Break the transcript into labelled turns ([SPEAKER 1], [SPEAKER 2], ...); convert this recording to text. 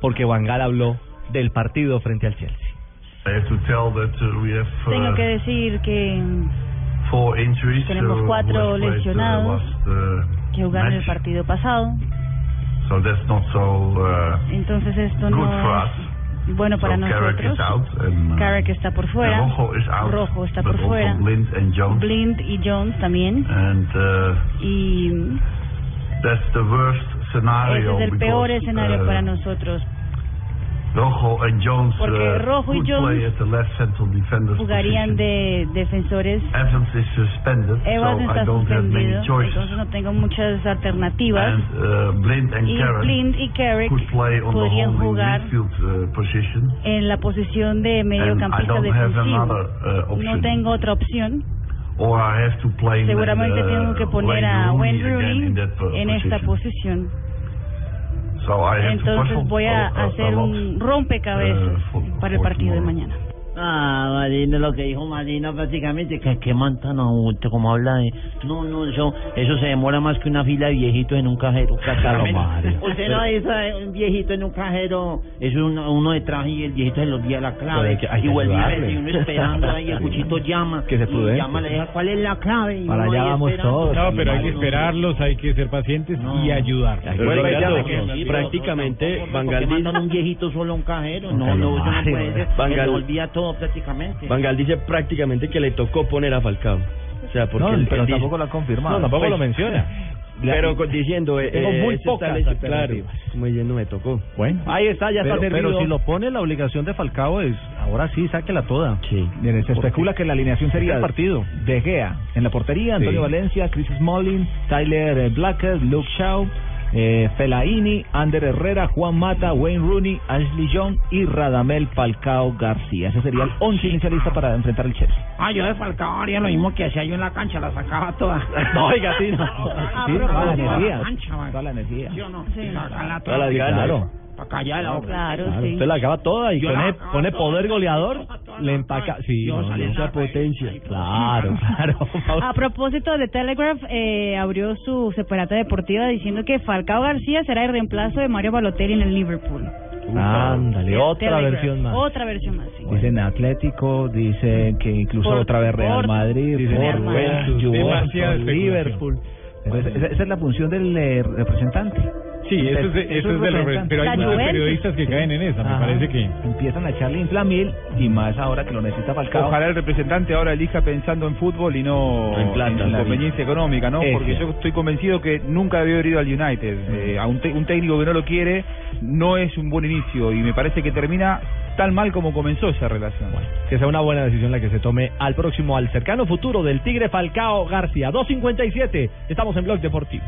[SPEAKER 1] porque Van Gaal habló del partido frente al Chelsea.
[SPEAKER 2] I have to tell that uh, we have uh,
[SPEAKER 3] Tengo que decir que
[SPEAKER 2] four injuries.
[SPEAKER 3] tenemos
[SPEAKER 2] uh,
[SPEAKER 3] cuatro
[SPEAKER 2] who have played, uh,
[SPEAKER 3] lesionados
[SPEAKER 2] last, uh,
[SPEAKER 3] que jugaron el
[SPEAKER 2] match.
[SPEAKER 3] partido pasado,
[SPEAKER 2] So that's not so uh,
[SPEAKER 3] entonces esto
[SPEAKER 2] good for
[SPEAKER 3] no
[SPEAKER 2] us.
[SPEAKER 3] es bueno para
[SPEAKER 2] so Carrick is
[SPEAKER 3] nosotros.
[SPEAKER 2] out and uh,
[SPEAKER 3] Carrick está por fuera,
[SPEAKER 2] and Rojo is out.
[SPEAKER 3] Rojo está
[SPEAKER 2] but
[SPEAKER 3] por
[SPEAKER 2] also
[SPEAKER 3] fuera,
[SPEAKER 2] Blind and Jones.
[SPEAKER 3] Blind y Jones también,
[SPEAKER 2] And uh,
[SPEAKER 3] y
[SPEAKER 2] that's the worst
[SPEAKER 3] ese
[SPEAKER 2] scenario
[SPEAKER 3] es el
[SPEAKER 2] because
[SPEAKER 3] peor escenario
[SPEAKER 2] uh,
[SPEAKER 3] para nosotros.
[SPEAKER 2] Rojo and Jones
[SPEAKER 3] Porque
[SPEAKER 2] uh,
[SPEAKER 3] Rojo y
[SPEAKER 2] could
[SPEAKER 3] Jones
[SPEAKER 2] play at the left central defender's
[SPEAKER 3] Jugarían
[SPEAKER 2] position.
[SPEAKER 3] de defensores.
[SPEAKER 2] Evans is suspended,
[SPEAKER 3] Evans
[SPEAKER 2] so I
[SPEAKER 3] está
[SPEAKER 2] don't have many
[SPEAKER 3] suspendido,
[SPEAKER 2] choices.
[SPEAKER 3] entonces no tengo muchas
[SPEAKER 2] And
[SPEAKER 3] alternativas.
[SPEAKER 2] uh, Blind and
[SPEAKER 3] Y
[SPEAKER 2] Carrick
[SPEAKER 3] Blind y Carrick
[SPEAKER 2] could play on the
[SPEAKER 3] podrían
[SPEAKER 2] holding
[SPEAKER 3] jugar
[SPEAKER 2] midfield uh, position.
[SPEAKER 3] en la posición de
[SPEAKER 2] And I
[SPEAKER 3] mediocampista
[SPEAKER 2] don't have another uh,
[SPEAKER 3] defensivo. No
[SPEAKER 2] option.
[SPEAKER 3] tengo otra opción.
[SPEAKER 2] Or I have to play
[SPEAKER 3] Seguramente
[SPEAKER 2] uh,
[SPEAKER 3] tengo que poner
[SPEAKER 2] Wayne
[SPEAKER 3] a Wayne
[SPEAKER 2] again
[SPEAKER 3] Rooney
[SPEAKER 2] in that, uh,
[SPEAKER 3] en esta
[SPEAKER 2] position.
[SPEAKER 3] posición.
[SPEAKER 2] So I have to
[SPEAKER 3] Entonces
[SPEAKER 2] puzzle
[SPEAKER 3] voy
[SPEAKER 2] a-
[SPEAKER 3] a
[SPEAKER 2] a- a
[SPEAKER 3] hacer
[SPEAKER 2] lot.
[SPEAKER 3] un rompecabezas
[SPEAKER 2] uh, for-
[SPEAKER 3] para el
[SPEAKER 2] for
[SPEAKER 3] partido de
[SPEAKER 2] tomorrow.
[SPEAKER 3] mañana.
[SPEAKER 4] Ah, Marino, lo que dijo Marino prácticamente, que, que man tan adulto, como habla de... No, no, eso, eso se demora más que una fila de viejitos en un cajero. prácticamente.
[SPEAKER 1] Mario.
[SPEAKER 4] Usted no dice un viejito en un cajero, eso es uno, uno de traje y el viejito se le olvida la
[SPEAKER 1] Pero
[SPEAKER 4] clave.
[SPEAKER 1] hay que- hay que
[SPEAKER 4] y vuelve a
[SPEAKER 1] ayudarle.
[SPEAKER 4] y uno esperando ahí, el cuchito llama.
[SPEAKER 1] Que se
[SPEAKER 4] y
[SPEAKER 1] prudente.
[SPEAKER 4] llama, le deja, ¿cuál es la clave? Y
[SPEAKER 1] Para
[SPEAKER 4] uno
[SPEAKER 1] allá
[SPEAKER 4] ahí
[SPEAKER 1] vamos
[SPEAKER 4] esperando.
[SPEAKER 1] todos.
[SPEAKER 5] No, pero hay que
[SPEAKER 4] No, no,
[SPEAKER 5] esperarlos, hay que ser pacientes
[SPEAKER 4] No.
[SPEAKER 5] y ayudar.
[SPEAKER 1] Pero
[SPEAKER 6] Vuelve y
[SPEAKER 1] ya
[SPEAKER 6] llama,
[SPEAKER 1] lo que-
[SPEAKER 6] que prácticamente
[SPEAKER 4] Porque
[SPEAKER 6] Van
[SPEAKER 4] mandan
[SPEAKER 6] Gaal
[SPEAKER 4] a un
[SPEAKER 6] dice,
[SPEAKER 4] viejito solo a un cajero,
[SPEAKER 1] No,
[SPEAKER 4] no, no, eso no
[SPEAKER 1] Mario,
[SPEAKER 4] puede ser.
[SPEAKER 6] Van
[SPEAKER 4] Se le
[SPEAKER 6] Gaal-
[SPEAKER 4] olvida todo prácticamente.
[SPEAKER 6] Van Gaal dice prácticamente que le tocó poner a Falcao. O sea, porque
[SPEAKER 1] No,
[SPEAKER 6] él-
[SPEAKER 1] pero
[SPEAKER 6] él dice-
[SPEAKER 1] tampoco lo ha confirmado.
[SPEAKER 6] No, tampoco
[SPEAKER 1] Pues,
[SPEAKER 6] lo
[SPEAKER 1] menciona.
[SPEAKER 6] pero con- diciendo eh,
[SPEAKER 1] Tengo
[SPEAKER 6] eh,
[SPEAKER 1] muy
[SPEAKER 6] ese
[SPEAKER 1] pocas
[SPEAKER 6] tal- ese-
[SPEAKER 1] alternativas.
[SPEAKER 6] claro, como diciendo me tocó
[SPEAKER 1] Bueno,
[SPEAKER 5] Ahí está, ya
[SPEAKER 1] pero,
[SPEAKER 5] está servido.
[SPEAKER 1] pero si lo pone la obligación de Falcao es, ahora sí, sáquela toda.
[SPEAKER 6] Sí. Este
[SPEAKER 1] Miren, se especula que la alineación sería el partido. De Gea en la portería, Antonio
[SPEAKER 6] Sí.
[SPEAKER 1] Valencia, Chris Smalling, Tyler eh, Blackett, Luke Shaw, eh, Felaini, Ander Herrera, Juan Mata, Wayne Rooney, Ashley Young y Radamel Falcao García. Ese sería el 11 inicialista para enfrentar el Chelsea.
[SPEAKER 4] Ah, yo de Falcao haría lo mismo que hacía yo en la cancha, la sacaba toda.
[SPEAKER 1] No, oiga, sí, no.
[SPEAKER 4] Ah,
[SPEAKER 1] Sí,
[SPEAKER 4] pero
[SPEAKER 1] toda la
[SPEAKER 4] no,
[SPEAKER 1] energía.
[SPEAKER 4] la cancha, man.
[SPEAKER 1] Toda la energía.
[SPEAKER 4] ¿Sí o no?
[SPEAKER 3] Sí.
[SPEAKER 4] Sacarla
[SPEAKER 6] Todas
[SPEAKER 4] toda.
[SPEAKER 6] las ganas.
[SPEAKER 1] Claro.
[SPEAKER 4] Pa' callar la boca.
[SPEAKER 3] Claro,
[SPEAKER 1] Claro,
[SPEAKER 3] sí.
[SPEAKER 1] usted la acaba toda y
[SPEAKER 4] Yo la
[SPEAKER 1] pone,
[SPEAKER 4] acabo
[SPEAKER 1] pone
[SPEAKER 4] toda.
[SPEAKER 1] poder goleador,
[SPEAKER 4] Toda
[SPEAKER 1] le
[SPEAKER 4] la
[SPEAKER 1] empaca.
[SPEAKER 4] acabo.
[SPEAKER 1] Sí,
[SPEAKER 4] Yo
[SPEAKER 1] no,
[SPEAKER 4] salí
[SPEAKER 1] no.
[SPEAKER 4] esa potencia.
[SPEAKER 1] Claro,
[SPEAKER 4] Ah,
[SPEAKER 1] claro.
[SPEAKER 3] A propósito de Telegraph, eh, abrió su separata deportiva diciendo que Falcao García será el reemplazo de Mario Balotelli en el Liverpool.
[SPEAKER 1] Ándale, otra
[SPEAKER 3] Telegraph,
[SPEAKER 1] versión más.
[SPEAKER 3] Otra versión más, sí.
[SPEAKER 1] Dicen Atlético, dicen que incluso
[SPEAKER 3] Por-
[SPEAKER 1] otra vez Real
[SPEAKER 3] por-
[SPEAKER 1] Madrid,
[SPEAKER 3] dicen
[SPEAKER 1] por
[SPEAKER 3] Real Madrid.
[SPEAKER 1] Juventus,
[SPEAKER 5] Demasiada
[SPEAKER 1] Juventus,
[SPEAKER 5] especulación.
[SPEAKER 1] Liverpool. Pero esa, esa- esa es la función del eh, representante.
[SPEAKER 5] Sí, eso es de, eso es de los... re-
[SPEAKER 1] representante.
[SPEAKER 5] Pero
[SPEAKER 3] La
[SPEAKER 5] hay muchos
[SPEAKER 3] Juventus.
[SPEAKER 5] periodistas que caen en esa, me
[SPEAKER 1] Ajá.
[SPEAKER 5] parece que...
[SPEAKER 1] Empiezan a echarle inflamil y más ahora que lo necesita Falcao.
[SPEAKER 7] Ojalá el representante ahora elija pensando en fútbol y no
[SPEAKER 6] En plata,
[SPEAKER 7] su
[SPEAKER 6] la
[SPEAKER 7] conveniencia económica, ¿no?
[SPEAKER 1] Es
[SPEAKER 7] Porque yo
[SPEAKER 1] cierto.
[SPEAKER 7] estoy convencido que nunca debió haber ido al United. Eh, a un, te- un técnico que no lo quiere no es un buen inicio y me parece que termina tan mal como comenzó esa relación.
[SPEAKER 1] Que sea una buena decisión la que se tome al próximo, al cercano futuro del Tigre Falcao García. 2.57, estamos en Blog Deportivo.